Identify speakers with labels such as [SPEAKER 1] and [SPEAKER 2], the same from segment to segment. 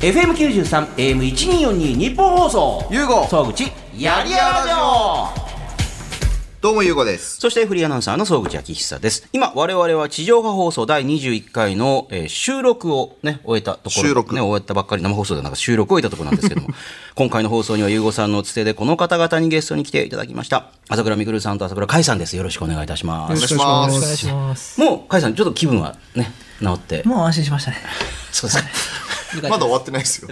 [SPEAKER 1] FM93、AM1242 日本放送。
[SPEAKER 2] ゆうご
[SPEAKER 1] 総口、やりやらじょう
[SPEAKER 2] どうもゆうごです
[SPEAKER 1] そしてフリーアナウンサーの総口昭久です。今、我々は地上波放送第21回の、えー収録をね、終えたところ。
[SPEAKER 2] 収録
[SPEAKER 1] ね、終えたばっかり、生放送ではなんか収録を終えたところなんですけど も、今回の放送にはゆうごさんのつてで、この方々にゲストに来ていただきました。朝倉みくるさんと朝倉海さんです。よろしくお願いいたしま
[SPEAKER 2] お願い
[SPEAKER 1] す。
[SPEAKER 2] しま
[SPEAKER 3] お願い
[SPEAKER 2] す
[SPEAKER 3] します。
[SPEAKER 1] もう、海さん、ちょっと気分はね、治って。
[SPEAKER 3] もう安心しま したね。
[SPEAKER 1] そう ですね。
[SPEAKER 2] まだ終わってないですよ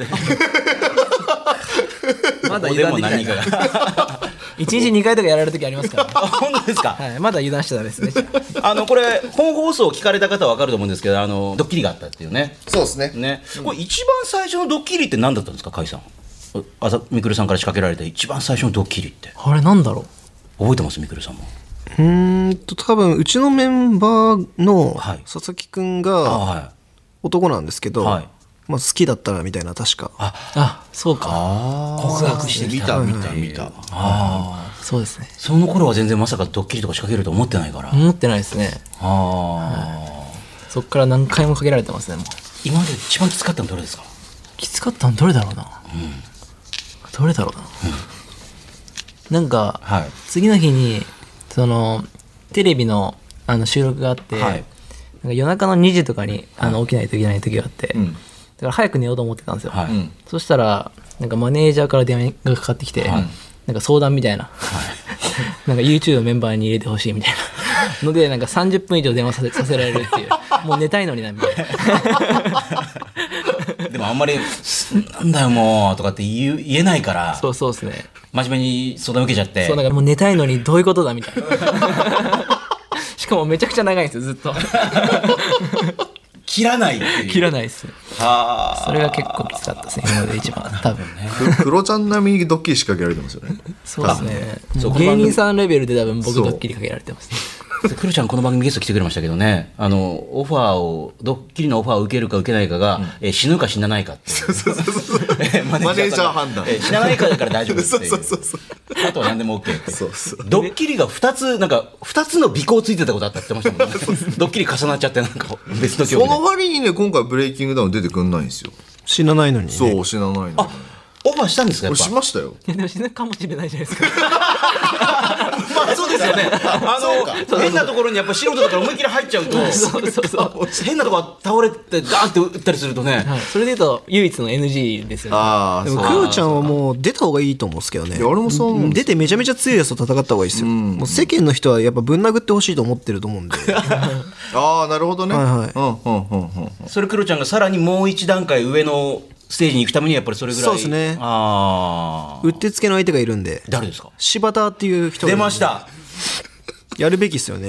[SPEAKER 3] まだ
[SPEAKER 1] ここ
[SPEAKER 3] 油
[SPEAKER 1] でも
[SPEAKER 3] 断できな
[SPEAKER 1] 何か
[SPEAKER 3] い
[SPEAKER 1] が。
[SPEAKER 3] 一日二回とかやられる時あります からね。
[SPEAKER 1] あ 本当ですか。
[SPEAKER 3] はい、まだ油断しちゃダメですね。
[SPEAKER 1] あのこれ本放送を聞かれた方は分かると思うんですけどあのドッキリがあったっていうね
[SPEAKER 2] そうですね
[SPEAKER 1] ねこれ一番最初のドッキリって何だったんですか甲斐さんあさみくるさんから仕掛けられた一番最初のドッキリって
[SPEAKER 3] あれなんだろ
[SPEAKER 1] 覚えてますみくるさんも
[SPEAKER 4] うーんと多分うちのメンバーの
[SPEAKER 1] はい
[SPEAKER 4] 佐々木くん
[SPEAKER 1] あ
[SPEAKER 4] が
[SPEAKER 1] はい
[SPEAKER 4] 男なんですけど、
[SPEAKER 1] はい
[SPEAKER 4] まあ、好きだったらみたいな確か
[SPEAKER 3] う。あ、そうか。
[SPEAKER 1] あ
[SPEAKER 3] 告白してきた。
[SPEAKER 2] 見た見た
[SPEAKER 1] あ
[SPEAKER 3] そうですね。
[SPEAKER 1] その頃は全然まさかドッキリとか仕掛けると思ってないから、あ
[SPEAKER 3] 思ってないですね。
[SPEAKER 1] あ
[SPEAKER 3] そっから何回もかけられてますね。もう
[SPEAKER 1] 今まで一番きつかったのどれですか
[SPEAKER 3] きつかったのどれだろうな。どれだろうな。なんか、
[SPEAKER 1] はい
[SPEAKER 3] 次の日にそのテレビのあの収録があって、
[SPEAKER 1] はい
[SPEAKER 3] なんか夜中の2時とかにあの起きないといけない時があって、だから早く寝ようと思ってたんですよ、
[SPEAKER 1] はい、
[SPEAKER 3] そしたらなんかマネージャーから電話がかかってきて、なんか相談みたいな、 なんか YouTube のメンバーに入れてほしいみたいなのでなんか30分以上電話させさせられる っていうもう寝たいのになみたいな
[SPEAKER 1] でもあんまり「なんだよもう」とかって言う言えないから
[SPEAKER 3] そうそうですね
[SPEAKER 1] 真面目に相談受けちゃって
[SPEAKER 3] そうなんかもう寝たいのにどういうことだみたいな しかもめちゃくちゃ長いんですよずっ と
[SPEAKER 1] 切らないっていう
[SPEAKER 3] 切らないです
[SPEAKER 1] はあ
[SPEAKER 3] それが結構きつかったですね、今まで一番、多分ね。
[SPEAKER 2] クロちゃん並みにドッキリ仕掛けられてますよね
[SPEAKER 3] そうですね。
[SPEAKER 1] そう
[SPEAKER 3] も
[SPEAKER 1] この
[SPEAKER 3] う芸
[SPEAKER 1] 番組
[SPEAKER 3] 人さんレベルで多分僕
[SPEAKER 2] そう
[SPEAKER 3] ドッキリかけられてます。
[SPEAKER 1] クロちゃんこの番組ゲスト来てくれましたけどねあのオファーをドッキリのオファーを受けるか受けないかが、えー死ぬか死なないかっていうマ
[SPEAKER 2] マネージャー
[SPEAKER 1] さん
[SPEAKER 2] 判断
[SPEAKER 1] えー死なないかだから大 丈夫です
[SPEAKER 2] そ
[SPEAKER 1] っ
[SPEAKER 2] う
[SPEAKER 1] ていう
[SPEAKER 2] そうそうそう
[SPEAKER 1] あとは何でも OK って
[SPEAKER 2] そうそう
[SPEAKER 1] ドッキリが2つなんか2つの尾行ついてたことあったって言ってましたもんねドッキリ重なっちゃってなんか別の
[SPEAKER 2] そ
[SPEAKER 1] 曲で
[SPEAKER 2] の割にね今回ブレイキングダウン出てくんないんですよ
[SPEAKER 4] 死なないのに、ね、
[SPEAKER 2] そう死なないの
[SPEAKER 1] オファーしたんですかや
[SPEAKER 2] 俺
[SPEAKER 1] っぱ
[SPEAKER 2] しましたよ
[SPEAKER 3] いやでも死ぬかもしれないじゃないですか。
[SPEAKER 1] まあそうです よね。あ
[SPEAKER 2] そうか
[SPEAKER 1] の変なところにやっぱ素人だから思いっきり入っちゃうと、
[SPEAKER 3] そう そうそう。
[SPEAKER 1] 変なところ倒れてガーンって打ったりするとね。
[SPEAKER 3] はいそれで言うと、唯一の NG ですよね。
[SPEAKER 2] ああ
[SPEAKER 4] で
[SPEAKER 2] そ
[SPEAKER 4] も
[SPEAKER 2] う
[SPEAKER 4] クロちゃんはもう出た方がいいと思うんですけどね
[SPEAKER 2] いや俺もそう思うんです
[SPEAKER 4] 出てめちゃめちゃ強いやつと戦った方がいいですよ、もう世間の人はやっぱぶん殴ってほしいと思ってると思うんで
[SPEAKER 2] ああなるほどね
[SPEAKER 4] はいはい
[SPEAKER 2] うんうんうんうん
[SPEAKER 1] それクロちゃんがさらにもう一段階上のステージに行くためにはやっぱりそれぐらい。
[SPEAKER 4] そうですね
[SPEAKER 1] ああ。
[SPEAKER 4] うってつけの相手がいるんで
[SPEAKER 1] 誰ですか。
[SPEAKER 4] 柴田っていう人が
[SPEAKER 1] 出
[SPEAKER 4] いるんで
[SPEAKER 1] ました。
[SPEAKER 4] やるべきですよね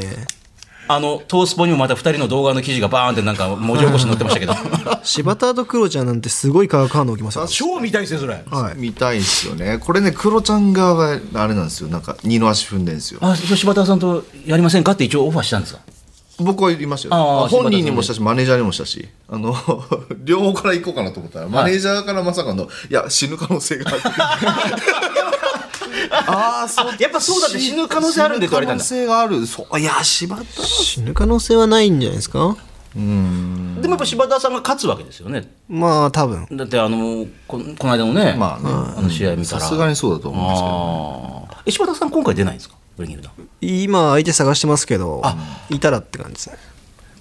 [SPEAKER 1] あのトースポにもまた二人の動画の記事がバーンってなんか文字起こしに載ってましたけ ど。
[SPEAKER 4] 柴田とクロちゃんなんてすごい化学反応起きますよ
[SPEAKER 1] 超見たいですよそれ。
[SPEAKER 4] はい
[SPEAKER 2] 見たいですよねこれねクロちゃん側があれなんですよなんか二の足踏んでんですよ
[SPEAKER 1] あ、そう柴田さんとやりませんかって一応オファーしたんですか。
[SPEAKER 2] 僕は言いました
[SPEAKER 1] あー
[SPEAKER 2] よ本人にもしたしマネージャーにもしたしあの 両方から行こうかなと思ったらマネージャーからまさかのいや死ぬ可能 性があるああそう
[SPEAKER 1] やっぱそうだって死ぬ可能性あるんでって言われたんだ
[SPEAKER 2] 死ぬ可能性があるそういや柴田
[SPEAKER 4] 死ぬ可能性はないんじゃないですか
[SPEAKER 1] でもやっぱ柴田さんが勝つわけですよね。
[SPEAKER 4] まあ多分
[SPEAKER 1] だってあのここの間のね、
[SPEAKER 2] まあね
[SPEAKER 1] あの試合見た
[SPEAKER 2] さ
[SPEAKER 1] ら。
[SPEAKER 2] すがにそうだと思うんですけど
[SPEAKER 1] ああ。え柴田さん今回出ないんですか。ブレイキングダウン
[SPEAKER 4] 今相手探してますけどいたらって感じですね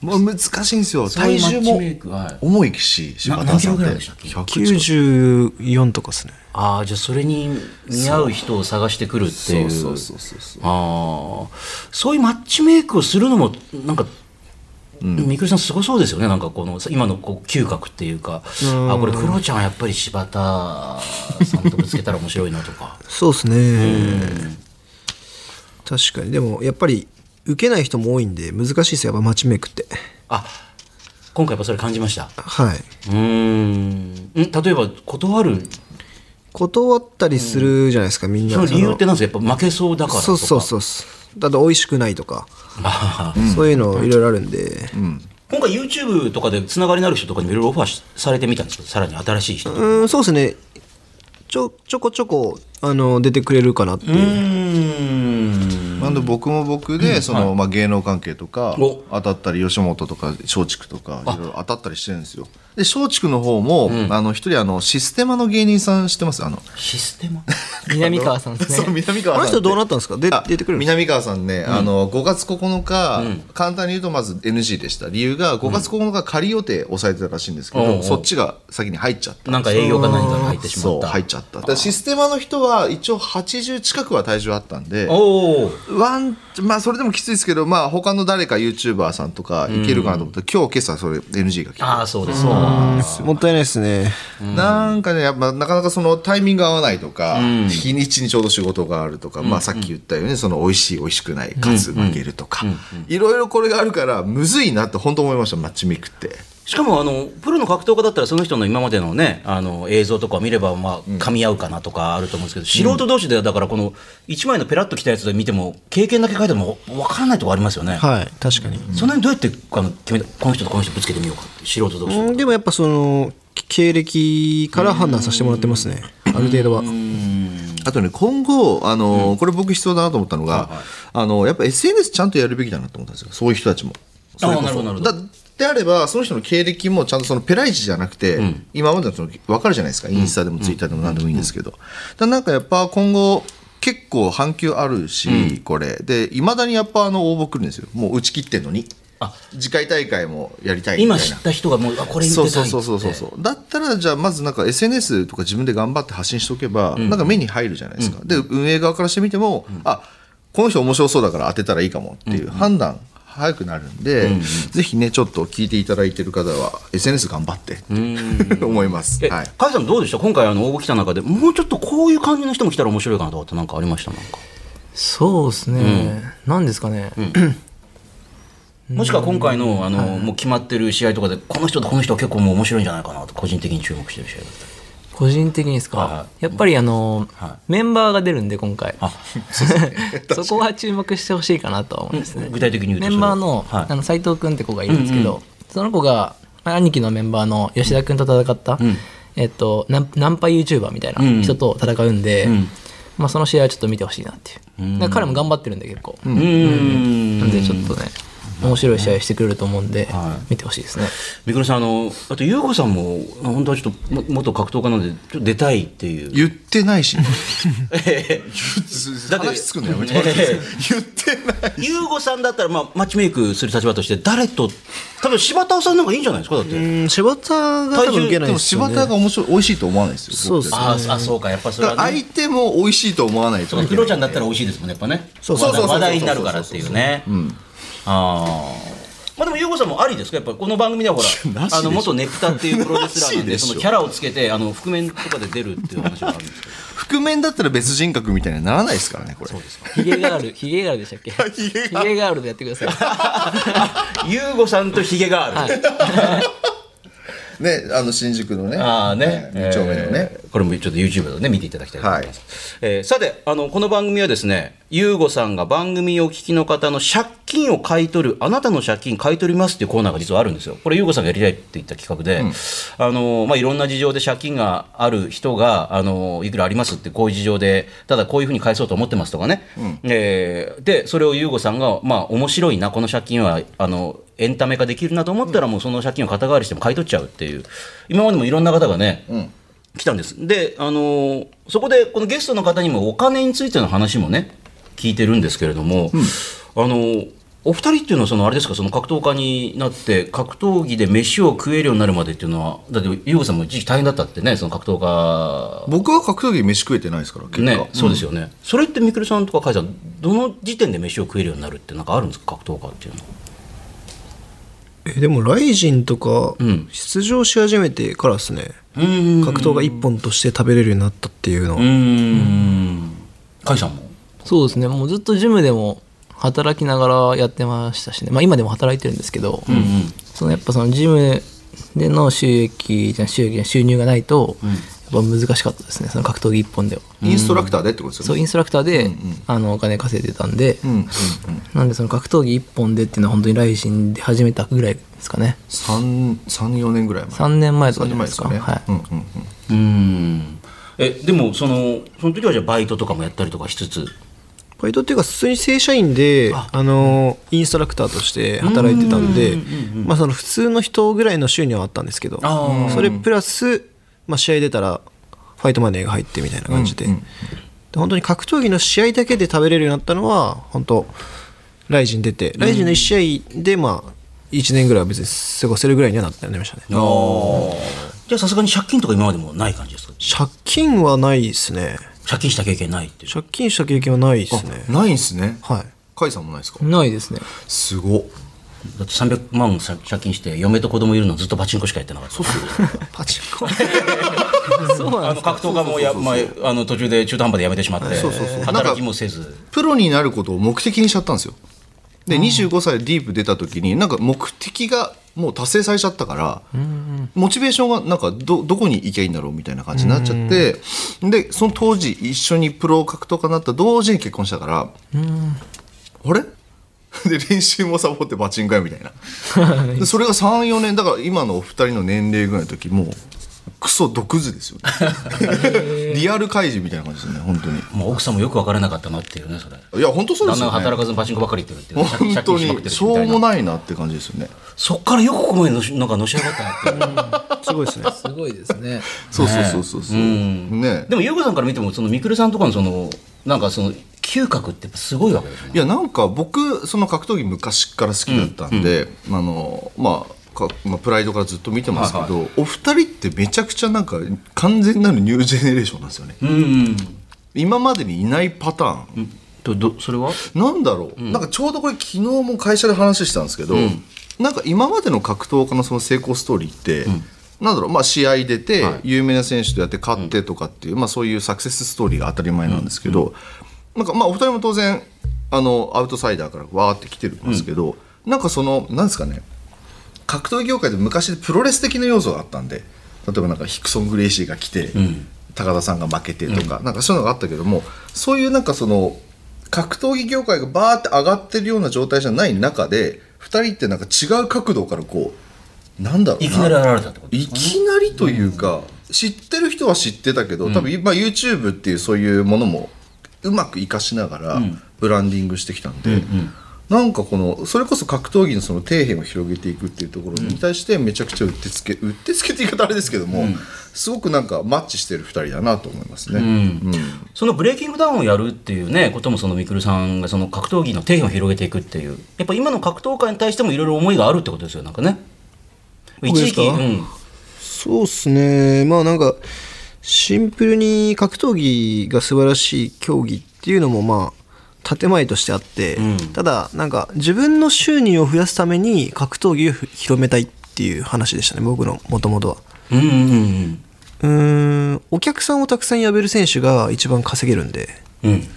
[SPEAKER 2] まあ、難しいんですよ
[SPEAKER 1] そうい
[SPEAKER 2] 体
[SPEAKER 1] うマ
[SPEAKER 2] 重
[SPEAKER 1] ッチ
[SPEAKER 2] も
[SPEAKER 1] メイクはい
[SPEAKER 2] 重いし柴
[SPEAKER 1] な何
[SPEAKER 2] 田
[SPEAKER 1] キ
[SPEAKER 2] さん
[SPEAKER 1] ロ
[SPEAKER 2] っ
[SPEAKER 1] ぐ
[SPEAKER 2] て
[SPEAKER 1] らいでしたっけ
[SPEAKER 2] 100
[SPEAKER 4] 94とかですね
[SPEAKER 1] ああじゃあそれに似合う人を探してくるっていう
[SPEAKER 2] そうそうそうそう
[SPEAKER 1] ああそういうマッチメイクをするのもなんか、みくりさんすごそうですよねなんかこの今のこう嗅覚っていうかあこれクロちゃんはやっぱり柴田さんとぶつけたら面白いなと か
[SPEAKER 4] そうですね確かにでもやっぱり受けない人も多いんで難しいですよやっぱマッチメイクって
[SPEAKER 1] あ今回やっぱそれ感じました
[SPEAKER 4] はいう
[SPEAKER 1] ーんん例えば断る
[SPEAKER 4] 断ったりするじゃないですか、みんな
[SPEAKER 1] その理由って
[SPEAKER 4] そ
[SPEAKER 1] なんですかやっぱ負けそうだからとか
[SPEAKER 4] そうそうそうそうだって美味しくないとか、
[SPEAKER 1] あー
[SPEAKER 4] そういうのいろいろあるんで
[SPEAKER 1] 今回 YouTube とかでつながりのある人とかにもいろいろオファーしされてみたんですけどさらに新しい人と
[SPEAKER 4] うんそうですねちょちょこちょこあの出てくれるかなっていう
[SPEAKER 1] うん
[SPEAKER 2] なんで僕も僕で、その、まあ、芸能関係とか
[SPEAKER 1] お
[SPEAKER 2] 当たったり吉本とか松竹とかいろいろ当たったりしてるんですよで松竹の方も、あの一人あのシステマの芸人さん知ってますあの
[SPEAKER 1] システマ
[SPEAKER 3] 南川さんです
[SPEAKER 2] そう
[SPEAKER 3] ね。
[SPEAKER 2] 南川
[SPEAKER 4] あ
[SPEAKER 2] さんっ
[SPEAKER 4] の
[SPEAKER 2] て
[SPEAKER 4] 人どうなったんですかで
[SPEAKER 2] あ
[SPEAKER 4] 出てくるんです
[SPEAKER 2] 南川さんね、あの5月9日、簡単に言うとまず NG でした理由が5月9日仮予定抑えてたらしいんですけど、
[SPEAKER 1] うんうん
[SPEAKER 2] そっちが先に入っちゃった
[SPEAKER 1] なんか栄養か何かが入ってしま
[SPEAKER 2] そ
[SPEAKER 1] っ
[SPEAKER 2] う
[SPEAKER 1] た。
[SPEAKER 2] 入っちゃっただからシステマの人は一応80近くは体重あったんで
[SPEAKER 1] おお。
[SPEAKER 2] ワンまあそれでもきついですけどまあ他の誰か YouTuber さんとかいけるかなと思って、今日今朝それ NG が来て
[SPEAKER 1] ああ、そうです。そうなんです
[SPEAKER 4] もったいないですね
[SPEAKER 2] なんかねやっぱなかなかそのタイミングが合わないとか、日にちにちょうど仕事があるとか、まあ、さっき言ったようにその美味しい美味しくないかつ負けるとか、いろいろこれがあるからむずいなって本当思いましたマッチメイクって。
[SPEAKER 1] しかもあのプロの格闘家だったらその人の今までのねあの映像とかを見ればまあ噛み合うかなとかあると思うんですけど、素人同士でだからこの一枚のペラッときたやつで見ても経験だけ書いても分からないとこありますよね。
[SPEAKER 4] はい確かに、
[SPEAKER 1] その辺どうやってあの決めたこの人とこの人ぶつけてみようかって素人同士
[SPEAKER 4] う
[SPEAKER 1] で。
[SPEAKER 4] んでもやっぱその経歴から判断させてもらってますねある程度は
[SPEAKER 2] あとね今後、あのーこれ僕必要だなと思ったのが、あのーやっぱ SNS ちゃんとやるべきだなと思ったんですよそういう人たちも。それこそ
[SPEAKER 1] なるほどなるほど
[SPEAKER 2] だであればその人の経歴もちゃんとそのペライチじゃなくて、今までのその分かるじゃないですかインスタでもツイッターでも何でもいいんですけど、だなんかやっぱ今後結構反響あるし、これでいまだにやっぱあの応募来るんですよもう打ち切ってんのに
[SPEAKER 1] あ
[SPEAKER 2] 次回大会もやりたいみたいな
[SPEAKER 1] 今知った人がもうあこれ見てたい
[SPEAKER 2] そ
[SPEAKER 1] うって
[SPEAKER 2] そうそうそうそうそうだったらじゃあまずなんか SNS とか自分で頑張って発信しておけば、なんか目に入るじゃないですか、で運営側からしてみても、あこの人面白そうだから当てたらいいかもっていう判断早くなるんで、ぜひねちょっと聞いていただいてる方は SNS 頑張ってって 思います、
[SPEAKER 1] え
[SPEAKER 2] はい、
[SPEAKER 1] 甲斐さんどうでした今回あの応募来た中でもうちょっとこういう感じの人も来たら面白いかなとかってなんかありましたなんか
[SPEAKER 3] そうですね。なんですかね。
[SPEAKER 1] もしくは今回のあの、もう決まってる試合とかでこの人とこの人は結構もう面白いんじゃないかなと個人的に注目してる試合だったり
[SPEAKER 3] 個人的にです
[SPEAKER 1] はいは
[SPEAKER 3] か。やっぱりあの
[SPEAKER 1] は
[SPEAKER 3] メンバーが出るんで今回。 そこは注目してほしいかなとは思うんですね。
[SPEAKER 1] 具体的に言うと
[SPEAKER 3] メンバーの
[SPEAKER 1] はい
[SPEAKER 3] あの斎藤君って子がいるんですけど、その子がまあ兄貴のメンバーの吉田君と戦った、えっとナンナンパ YouTuber みたいな人と戦うんで、まあその試合はちょっと見てほしいなっていう。だから彼も頑張ってるんで結構。
[SPEAKER 1] うーん
[SPEAKER 3] なんでちょっとね面白い試合してくれると思うんで
[SPEAKER 1] は
[SPEAKER 3] 見てほしいですね。
[SPEAKER 1] みくるさんあのあと優子さんも本当はちょっとも元格闘家なんでちょっと出たいっていう
[SPEAKER 2] 言ってないし、
[SPEAKER 1] だって
[SPEAKER 2] 話つくのやめてもらっていいですか言ってない
[SPEAKER 1] 優子さんだったら、まあ、マッチメイクする立場として誰と多分柴田さんなんかいいんじゃないですかだって、
[SPEAKER 4] うん柴田が多分受けない
[SPEAKER 2] でも
[SPEAKER 4] ですよ
[SPEAKER 2] 柴
[SPEAKER 4] ね
[SPEAKER 2] 田が面白い美味しいと思わないですよ
[SPEAKER 4] そうっす
[SPEAKER 2] 僕
[SPEAKER 1] ああそうかやっぱそれ
[SPEAKER 2] だから
[SPEAKER 1] は
[SPEAKER 2] 相
[SPEAKER 1] ね
[SPEAKER 2] 手も美味しいと思わないと
[SPEAKER 1] そのクロちゃんだったら美味しいですもんねやっぱね
[SPEAKER 2] そうそうそうそう
[SPEAKER 1] 話題になるからっていうねああまあでも優子さんもありですかやっぱこの番組で はほら
[SPEAKER 2] なしでしょ
[SPEAKER 1] あの元ネクタっていうプロレスラーなんで
[SPEAKER 2] なしでしょ
[SPEAKER 1] そのキャラをつけてあの覆面とかで出るっていう話があるんです けど
[SPEAKER 2] 覆面だったら別人格みたいにはならないですからねこれ
[SPEAKER 3] ヒゲガー ル、ヒゲガールでしたっけヒゲガールでやってください。
[SPEAKER 1] 優子さんとヒゲがある、
[SPEAKER 2] ねあの新宿のね
[SPEAKER 1] ああね、
[SPEAKER 2] えー二丁目のね、
[SPEAKER 1] えーこれもちょっと YouTube でね見ていただきたいと思います、えーさてあのこの番組はですね優吾さんが番組をお聞きの方の借金を買い取るあなたの借金買い取りますっていうコーナーが実はあるんですよこれ優吾さんがやりたいって言った企画で、あのまあ、いろんな事情で借金がある人があのいくらありますってこういう事情でただこういうふうに返そうと思ってますとかね、えーでそれを優吾さんがまあ面白いなこの借金はあのエンタメ化できるなと思ったらもうその借金を肩代わりしても買い取っちゃうっていう今までもいろんな方がね、来たんですで、あのーそこでこのゲストの方にもお金についての話もね聞いてるんですけれども、あのーお二人っていうのはそのあれですかその格闘家になって格闘技で飯を食えるようになるまでっていうのはだって優子さんも一時期大変だったってねその格闘家
[SPEAKER 2] 僕は格闘技飯食えてないですから結果、
[SPEAKER 1] ねそうですよね、それってみくるさんとか甲斐さんどの時点で飯を食えるようになるってなんかあるんですか格闘家っていうのは
[SPEAKER 4] えでもライジンとか
[SPEAKER 1] ん
[SPEAKER 4] 出場し始めてからですね、
[SPEAKER 1] うん
[SPEAKER 4] 格闘が一本として食べれるようになったっていうのは、
[SPEAKER 1] うん甲斐さんも
[SPEAKER 3] そうですね、もうずっとジムでも働きながらやってましたしね、まあ、今でも働いてるんですけど、そのやっぱそのジムでの収益じゃ収益じゃない収入がないと、やっぱ難しかったですね、その格闘技一本では。
[SPEAKER 2] インストラクターでってことです
[SPEAKER 3] そ
[SPEAKER 2] よ
[SPEAKER 3] う
[SPEAKER 2] ね
[SPEAKER 3] インストラクターで、あのお金稼いでたんで、
[SPEAKER 2] うんうん、
[SPEAKER 3] なんでその格闘技一本でっていうのは本当に来心で始めたぐらいですかね
[SPEAKER 2] 34年ぐらい前
[SPEAKER 3] 3年前と
[SPEAKER 2] 3
[SPEAKER 3] かじゃ
[SPEAKER 2] 年前で
[SPEAKER 3] ないですすか
[SPEAKER 2] かね、
[SPEAKER 3] はい、
[SPEAKER 2] うんうんうん
[SPEAKER 1] うんえでもそのその時はじゃあバイトとかもやったりとかしつつ
[SPEAKER 4] バイトっていうか普通に正社員であの、インストラクターとして働いてたんでまあその普通の人ぐらいの収入はあったんですけど
[SPEAKER 1] あー
[SPEAKER 4] それプラス、まあ、試合出たらファイトマネーが入ってみたいな感じで,、で本当に格闘技の試合だけで食べれるようになったのは本当ライジン出てライジンの1試合でまあ1年ぐらいは別に過ごせるぐらいにはなってなりましたね
[SPEAKER 1] じゃあさすがに借金とか今までもない感じですか
[SPEAKER 4] 借金はないですね
[SPEAKER 1] 借金した経験ないっていう。
[SPEAKER 4] 借金した経験はないですね
[SPEAKER 2] ないんすね
[SPEAKER 4] はい
[SPEAKER 2] 甲斐さんもないですか
[SPEAKER 3] ないですね
[SPEAKER 2] すごっ
[SPEAKER 1] だって300万借金して嫁と子供いるのずっとパチンコしかやってなかった。
[SPEAKER 4] パチンコ
[SPEAKER 1] あの格闘家もや、まあ、あの途中で中途半端でやめてしまって、
[SPEAKER 2] うそう
[SPEAKER 1] 働きもせず。
[SPEAKER 2] プロになることを目的にしちゃったんですよで25歳でディープ出た時になんか目的がもう達成されちゃったからモチベーションがなんかどどこに行きゃいいんだろうみたいな感じになっちゃってでその当時一緒にプロ格闘家になった同時に結婚したからあれ で練習もサボってパチンコ屋みたい なでそれが34年だから今のお二人の年齢ぐらいの時もうクソ毒図ですよ リアル開示みたいな感じですよね本当に
[SPEAKER 1] もう奥さんもよく分からなかったなっていうね、それ。
[SPEAKER 2] いや本当そうで
[SPEAKER 1] 旦
[SPEAKER 2] す
[SPEAKER 1] 那
[SPEAKER 2] よ
[SPEAKER 1] が
[SPEAKER 2] ね
[SPEAKER 1] 働かずにパチンコばっかり行ってるっていう、借
[SPEAKER 2] 本
[SPEAKER 1] 借
[SPEAKER 2] 当
[SPEAKER 1] 金しまくってる
[SPEAKER 2] にし
[SPEAKER 1] しみ
[SPEAKER 2] ょ
[SPEAKER 1] た
[SPEAKER 2] う
[SPEAKER 1] い
[SPEAKER 2] も
[SPEAKER 1] な。
[SPEAKER 2] ないなって感じですよね
[SPEAKER 1] そっからよくここまでのしなんかのし上がったなっていう。
[SPEAKER 4] すごいですね
[SPEAKER 3] すごいですね
[SPEAKER 2] そうそうそうそうそうね
[SPEAKER 1] でも、優子さんから見ても、そのみくるさんとかのその、なんかその、嗅覚ってやっぱすごいわけですよね。
[SPEAKER 2] いやなんか僕その格闘技昔から好きだったんで、あのまあかまあ、プライドからずっと見てますけど、お二人ってめちゃくちゃなんか完全なるニュージェネレーションなんですよね、
[SPEAKER 1] うん。
[SPEAKER 2] 今までにいないパターン、
[SPEAKER 1] とどそれは
[SPEAKER 2] なんだろう、なんかちょうどこれ昨日も会社で話してたんですけど、なんか今までの格闘家のその成功ストーリーって、なんだろうまあ、試合出て、有名な選手とやって勝ってとかっていう、まあ、そういうサクセスストーリーが当たり前なんですけど、なんかまあお二人も当然あのアウトサイダーからわーって来てるんですけど、なんかそのなんですかね格闘技業界で昔プロレス的な要素があったんで例えばなんかヒクソン・グレイシーが来て、高田さんが負けてとか、なんかそういうのがあったけどもそういうなんかその格闘技業界がバーって上がってるような状態じゃない中で2人ってなんか違う角度からこうなんだろう
[SPEAKER 1] いきなり現れたってこと
[SPEAKER 2] いきなりというか、知ってる人は知ってたけど、多分、まあ、YouTube っていうそういうものもうまく活かしながらブランディングしてきたんで、なんかこのそれこそ格闘技のその底辺を広げていくっていうところに対してめちゃくちゃうってつけうってつけって言い方あれですけども、すごくなんかマッチしてる2人だなと思いますね。うん
[SPEAKER 1] そのブレイキングダウンをやるっていうねこともそのみくるさんがその格闘技の底辺を広げていくっていうやっぱ今の格闘界に対してもいろいろ思いがあるってことですよなんかね一
[SPEAKER 4] 僕で
[SPEAKER 1] 時
[SPEAKER 4] すか
[SPEAKER 1] 期、うん、
[SPEAKER 4] そうっすねまあなんかシンプルに格闘技が素晴らしい競技っていうのもまあ建前としてあって、ただなんか自分の収入を増やすために格闘技を広めたいっていう話でしたね僕のもともとは
[SPEAKER 1] うんうんうん
[SPEAKER 4] うーんお客さんをたくさん呼べる選手が一番稼げるんで
[SPEAKER 1] うんうん
[SPEAKER 4] だか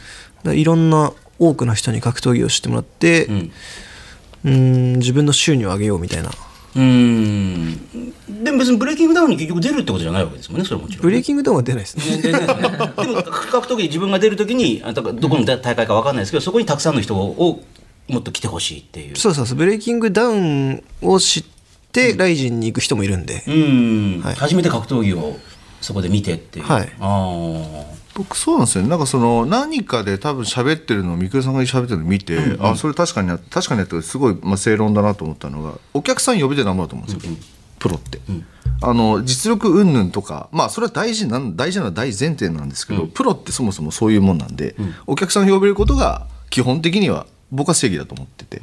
[SPEAKER 4] らいろんな多くの人に格闘技を知ってもらって、
[SPEAKER 1] ん
[SPEAKER 4] うーん自分の収入を上げようみたいな
[SPEAKER 1] うんでも別にブレイキングダウンに結局出るってことじゃないわけですもんねそれはもちろん
[SPEAKER 4] ブレーキングダウンは出ないですね
[SPEAKER 1] 全然 ないですねでも格闘技自分が出るときにあだからどこの大会か分かんないですけどそこにたくさんの人をもっと来てほしいっていう
[SPEAKER 4] そうそうそうブレイキングダウンを知ってライジンに行く人もいるんで、
[SPEAKER 1] うん、
[SPEAKER 4] はい
[SPEAKER 1] 初めて格闘技をそこで見てっていう、
[SPEAKER 4] はい
[SPEAKER 1] ああ
[SPEAKER 2] 僕そうなんですよねなんかその何かで多分喋ってるのをみくるさんが喋ってるのを見て、あそれ確かにな確かにやってすごい、まあ、正論だなと思ったのがお客さん呼びでなんぼだと思うんですよ、プロって、あの実力云々とかまあそれは大事なん大事なのは大前提なんですけど、プロってそもそもそういうもんなんで、お客さんを呼べることが基本的には僕は正義だと思ってて、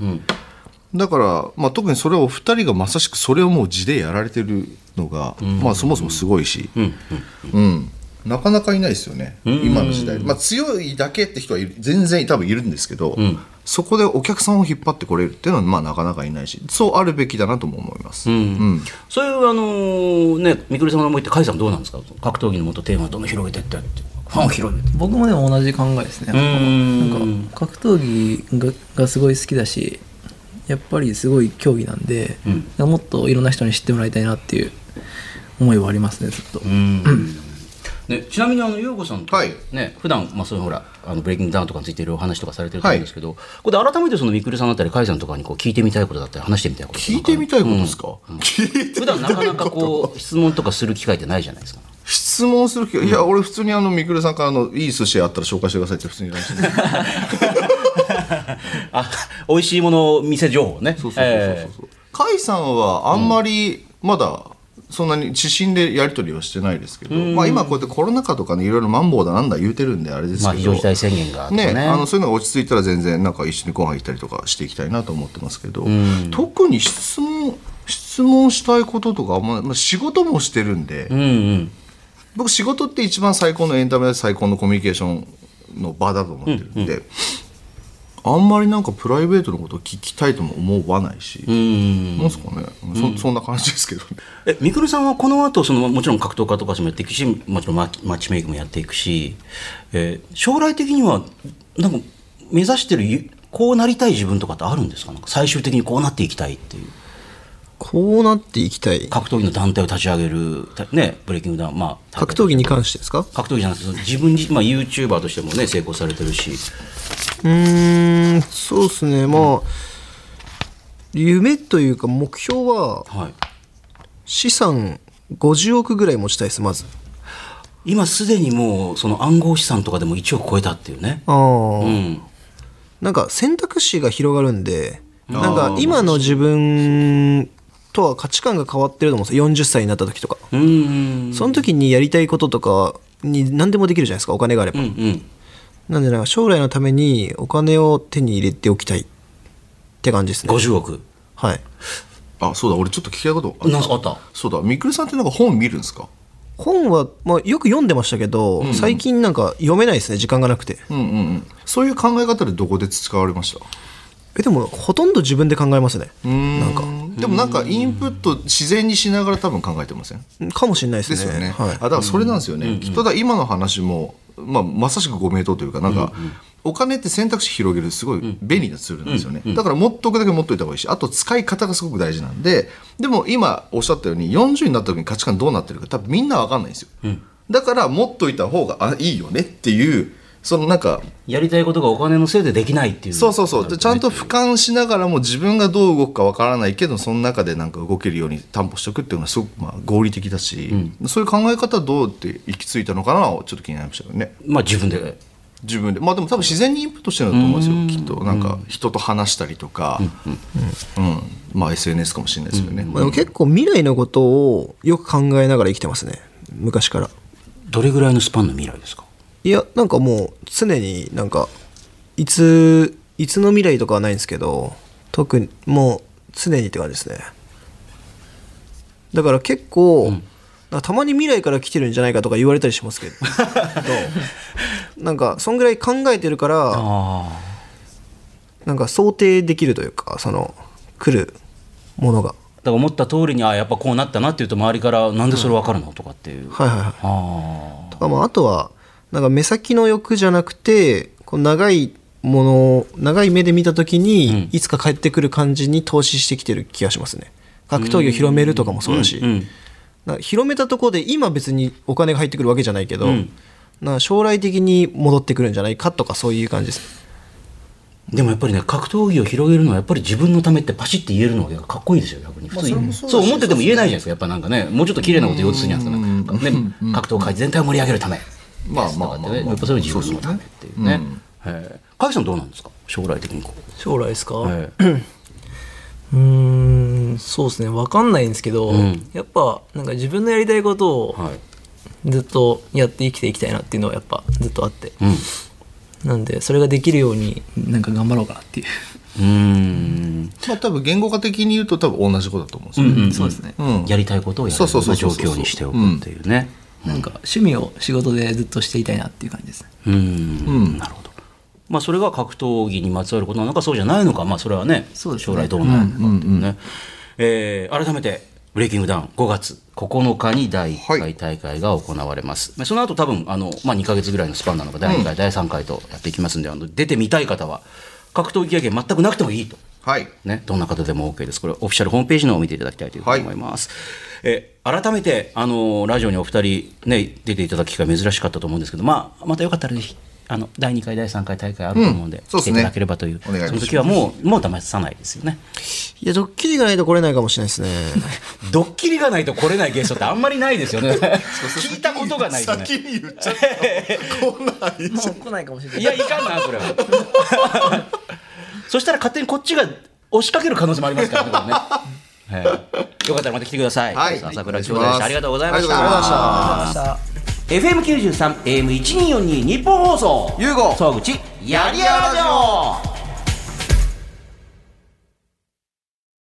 [SPEAKER 2] だから、まあ、特にそれをお二人がまさしくそれをもう地でやられてるのが、まあ、そもそもすごいし、うんなかなかいないですよね、今の時代、まあ、強いだけって人はいる全然多分いるんですけど、そこでお客さんを引っ張ってこれるっていうのは、まあ、なかなかいないしそうあるべきだなとも思います。うん
[SPEAKER 1] そういうあのーねみくるさんの思いって甲斐さんどうなんですか格闘技のもっとテーマをどんどん広げてってっていうファンを広げて
[SPEAKER 3] 僕もでも同じ考えですね
[SPEAKER 1] ん
[SPEAKER 3] なんか格闘技ががすごい好きだしやっぱりすごい競技なんで、もっといろんな人に知ってもらいたいなっていう思いはありますねずっと、
[SPEAKER 1] ね、ちなみにあの優子さんと、
[SPEAKER 2] はい
[SPEAKER 1] ね普段まあそういうほらあのブレイキングダウンとかについていろいろお話とかされてると思うんですけど、ここで改めてそのみくるさんだったり甲斐さんとかにこう聞いてみたいことだったり話してみたいこと
[SPEAKER 2] 聞いてみたいことですか、聞いて
[SPEAKER 1] 普段なかなかこう質問とかする機会ってないじゃないですか
[SPEAKER 2] 質 質問する気が、いや、俺普通にあの、みくるさんからあの、いい寿司あったら紹介してくださいって普通に言われてる
[SPEAKER 1] あ美味しいもの店情報ね
[SPEAKER 2] そうそうそうそうそう。甲斐さんはあんまり、まだ、そんなに指針でやり取りはしてないですけど、まあ今こうやってコロナ禍とかね、いろいろマンボウだなんだ言うてるんであれですけど。
[SPEAKER 1] まあ非常事態宣言があってね
[SPEAKER 2] ね、あのそういうのが落ち着いたら全然なんか一緒にご飯行ったりとかしていきたいなと思ってますけど、特に質問質問したいこととかあんまり、まあ、仕事もしてるんで、
[SPEAKER 1] うんうん
[SPEAKER 2] 僕仕事って一番最高のエンタメで最高のコミュニケーションの場だと思ってるんで、あんまりなんかプライベートのことを聞きたいとも思わないし、
[SPEAKER 1] うん
[SPEAKER 2] なんすかねそそんな感じですけどね。
[SPEAKER 1] えみくるさんはこの後そのもちろん格闘家とかもやっていくしもちろんママッチメイクもやっていくし、えー将来的にはなんか目指してるゆこうなりたい自分とかってあるんですかなんか最終的にこうなっていきたいっていう
[SPEAKER 4] こうなっていきたい
[SPEAKER 1] 格闘技の団体を立ち上げるたねブレイキングダウンまあ
[SPEAKER 4] 格闘技に関してですか
[SPEAKER 1] 格闘技じゃなくてその自分自、まあ、YouTuber としてもね成功されてるし
[SPEAKER 4] うーんそうですねまあ夢というか目標は
[SPEAKER 1] はい
[SPEAKER 4] 資産50億ぐらい持ちたいですまず
[SPEAKER 1] 今すでにもうその暗号資産とかでも1億超えたっていうね
[SPEAKER 4] ああ、
[SPEAKER 1] うん
[SPEAKER 4] なんか選択肢が広がるんでなんか今の自分とは価値観が変わってると思うんですよ40歳になった時とか
[SPEAKER 1] うんうん
[SPEAKER 4] その時にやりたいこととかに何でもできるじゃないですかお金があれば、
[SPEAKER 1] うんうん
[SPEAKER 4] なんでなんか将来のためにお金を手に入れておきたいって感じですね
[SPEAKER 1] 50億
[SPEAKER 4] はい
[SPEAKER 2] あそうだ俺ちょっと聞きたいことあっ
[SPEAKER 1] な
[SPEAKER 2] た
[SPEAKER 1] んかあった
[SPEAKER 2] そうだみくるさんってなんか本見るんですか
[SPEAKER 4] 本は、まあ、よく読んでましたけど、最近なんか読めないですね時間がなくて
[SPEAKER 2] うんうんうんそういう考え方でどこで培われました
[SPEAKER 4] えでもほとんど自分で考えますねなんか
[SPEAKER 2] でもなんかインプット自然にしながら多分考えてません
[SPEAKER 4] かもしれないです
[SPEAKER 2] で
[SPEAKER 4] ね
[SPEAKER 2] すよね、
[SPEAKER 4] は
[SPEAKER 2] あ
[SPEAKER 4] い、
[SPEAKER 2] だからそれなんですよね、きっとだ今の話も、まあ、まさしくご名答というかなんか、お金って選択肢広げるすごい便利なツールなんですよね、だから持っとくだけ持っといた方がいいしあと使い方がすごく大事なんででも今おっしゃったように40になった時に価値観どうなってるか多分みんな分かんないんですよ、だから持っといた方があいいよねっていうそのなんか
[SPEAKER 1] やりたいことがお金のせいでできないっていう
[SPEAKER 2] そうそうそう、でちゃんと俯瞰しながらも自分がどう動くかわからないけどその中でなんか動けるように担保しておくっていうのはすごくまあ合理的だし、そういう考え方どうって行き着いたのかなちょっと気になりましたよね
[SPEAKER 1] まあ自分で
[SPEAKER 2] 自分でまあでも多分自然にインプットしてるんだと思うんですよきっとなんか人と話したりとか、うんまあ SNS かもしれないですよね、
[SPEAKER 4] まあ、でも結構未来のことをよく考えながら生きてますね昔から
[SPEAKER 1] どれぐらいのスパンの未来ですか
[SPEAKER 4] いやなんかもう常になんかいついつの未来とかはないんですけど特にもう常にって感じですねだから結構、なんかたまに未来から来てるんじゃないかとか言われたりしますけどどうなんかそんぐらい考えてるから
[SPEAKER 1] あ
[SPEAKER 4] なんか想定できるというかその来るものが
[SPEAKER 1] あだから思った通りにああやっぱこうなったなっていうと周りからなんでそれ分かるのとかっていう、
[SPEAKER 4] はいはいはい
[SPEAKER 1] あ
[SPEAKER 4] とか、まあ、あとはなんか目先の欲じゃなくてこう長いものを長い目で見た時に、いつか帰ってくる感じに投資してきてる気がしますね格闘技を広めるとかもそうだし、
[SPEAKER 1] あうん
[SPEAKER 4] なんか広めたところで今別にお金が入ってくるわけじゃないけど、なんか将来的に戻ってくるんじゃないかとかそういう感じです
[SPEAKER 1] でもやっぱりね格闘技を広げるのはやっぱり自分のためってパシッて言えるのがかっこいいですよ逆に普通に、そう思ってても言えないじゃないですかやっぱなんかねもうちょっと綺麗なこと言おうとするじゃないですか、ね、格闘界全体を盛り上げるため
[SPEAKER 2] まあまあ
[SPEAKER 1] とか
[SPEAKER 2] まあまあ、
[SPEAKER 1] ってねやっぱそれは自分のためっていうねえー影さんどうなんですか将来的にこう
[SPEAKER 3] 将来ですか、
[SPEAKER 1] え
[SPEAKER 3] うーんそうですね分かんないんですけど、
[SPEAKER 1] うん
[SPEAKER 3] やっぱなんか自分のやりたいことを
[SPEAKER 1] はい
[SPEAKER 3] ずっとやって生きていきたいなっていうのはやっぱずっとあって、
[SPEAKER 1] うん
[SPEAKER 3] なんでそれができるようになんか頑張ろうかなっていう
[SPEAKER 1] うーん
[SPEAKER 2] まあ多分言語化的に言うと多分同じことだと思うんですよね、
[SPEAKER 3] そうですね、
[SPEAKER 2] うん
[SPEAKER 1] やりたいことをやるよ
[SPEAKER 2] そう
[SPEAKER 1] う
[SPEAKER 2] そ
[SPEAKER 1] な
[SPEAKER 2] うそ
[SPEAKER 1] 状
[SPEAKER 2] うそう
[SPEAKER 1] 況にしておくっていうね
[SPEAKER 3] なんか趣味を仕事でずっとしていたいなっていう感じですね
[SPEAKER 1] うんなるほどまあそれが格闘技にまつわることなのかそうじゃないのかまあそれはね
[SPEAKER 3] そうですね
[SPEAKER 1] 将来どうなるのかっていうねえー改めてブレイキングダウン5月9日に第1
[SPEAKER 2] は
[SPEAKER 1] 回大会が行われます、まあその後多分あの、まあ、2か月ぐらいのスパンなのか第2回、第3回とやっていきますんであの出てみたい方は格闘技経験全くなくてもいいと
[SPEAKER 2] はい
[SPEAKER 1] ね、どんな方でも OK です。これ、オフィシャルホームページの方を見ていただきたいというふうに思います。えー改めて、あのーラジオにお二人、ね、出ていただく機会珍しかったと思うんですけど、まあ、またよかったらぜひ、あの第2回第3回大会あると思うんで、
[SPEAKER 2] うんそう
[SPEAKER 1] 来
[SPEAKER 2] です
[SPEAKER 1] て
[SPEAKER 2] ね
[SPEAKER 1] いただければという
[SPEAKER 2] お願いいたし
[SPEAKER 1] そ
[SPEAKER 2] ま
[SPEAKER 1] の
[SPEAKER 2] す
[SPEAKER 1] 時はもうもう騙さないですよね
[SPEAKER 4] いや、ドッキリがないと来れないかもしれないですね。
[SPEAKER 1] ドッキリがないと来れないゲストってあんまりないですよ ね聞いたことがないですね
[SPEAKER 2] 先に言っちゃった。こんなん言っちゃっ
[SPEAKER 3] 来ないかもしれない
[SPEAKER 1] いやいかんなそれは そしたら勝手にこっちが押しかける可能性もありますからねこれね はいよかったらまた来ててください。
[SPEAKER 2] はい
[SPEAKER 1] 朝倉兄弟でした。ありがとうございまし
[SPEAKER 2] ありがとうございました
[SPEAKER 1] た。FM 九十三 AM 一二四二日本放送。
[SPEAKER 2] ゆうご
[SPEAKER 1] 総口やりやろう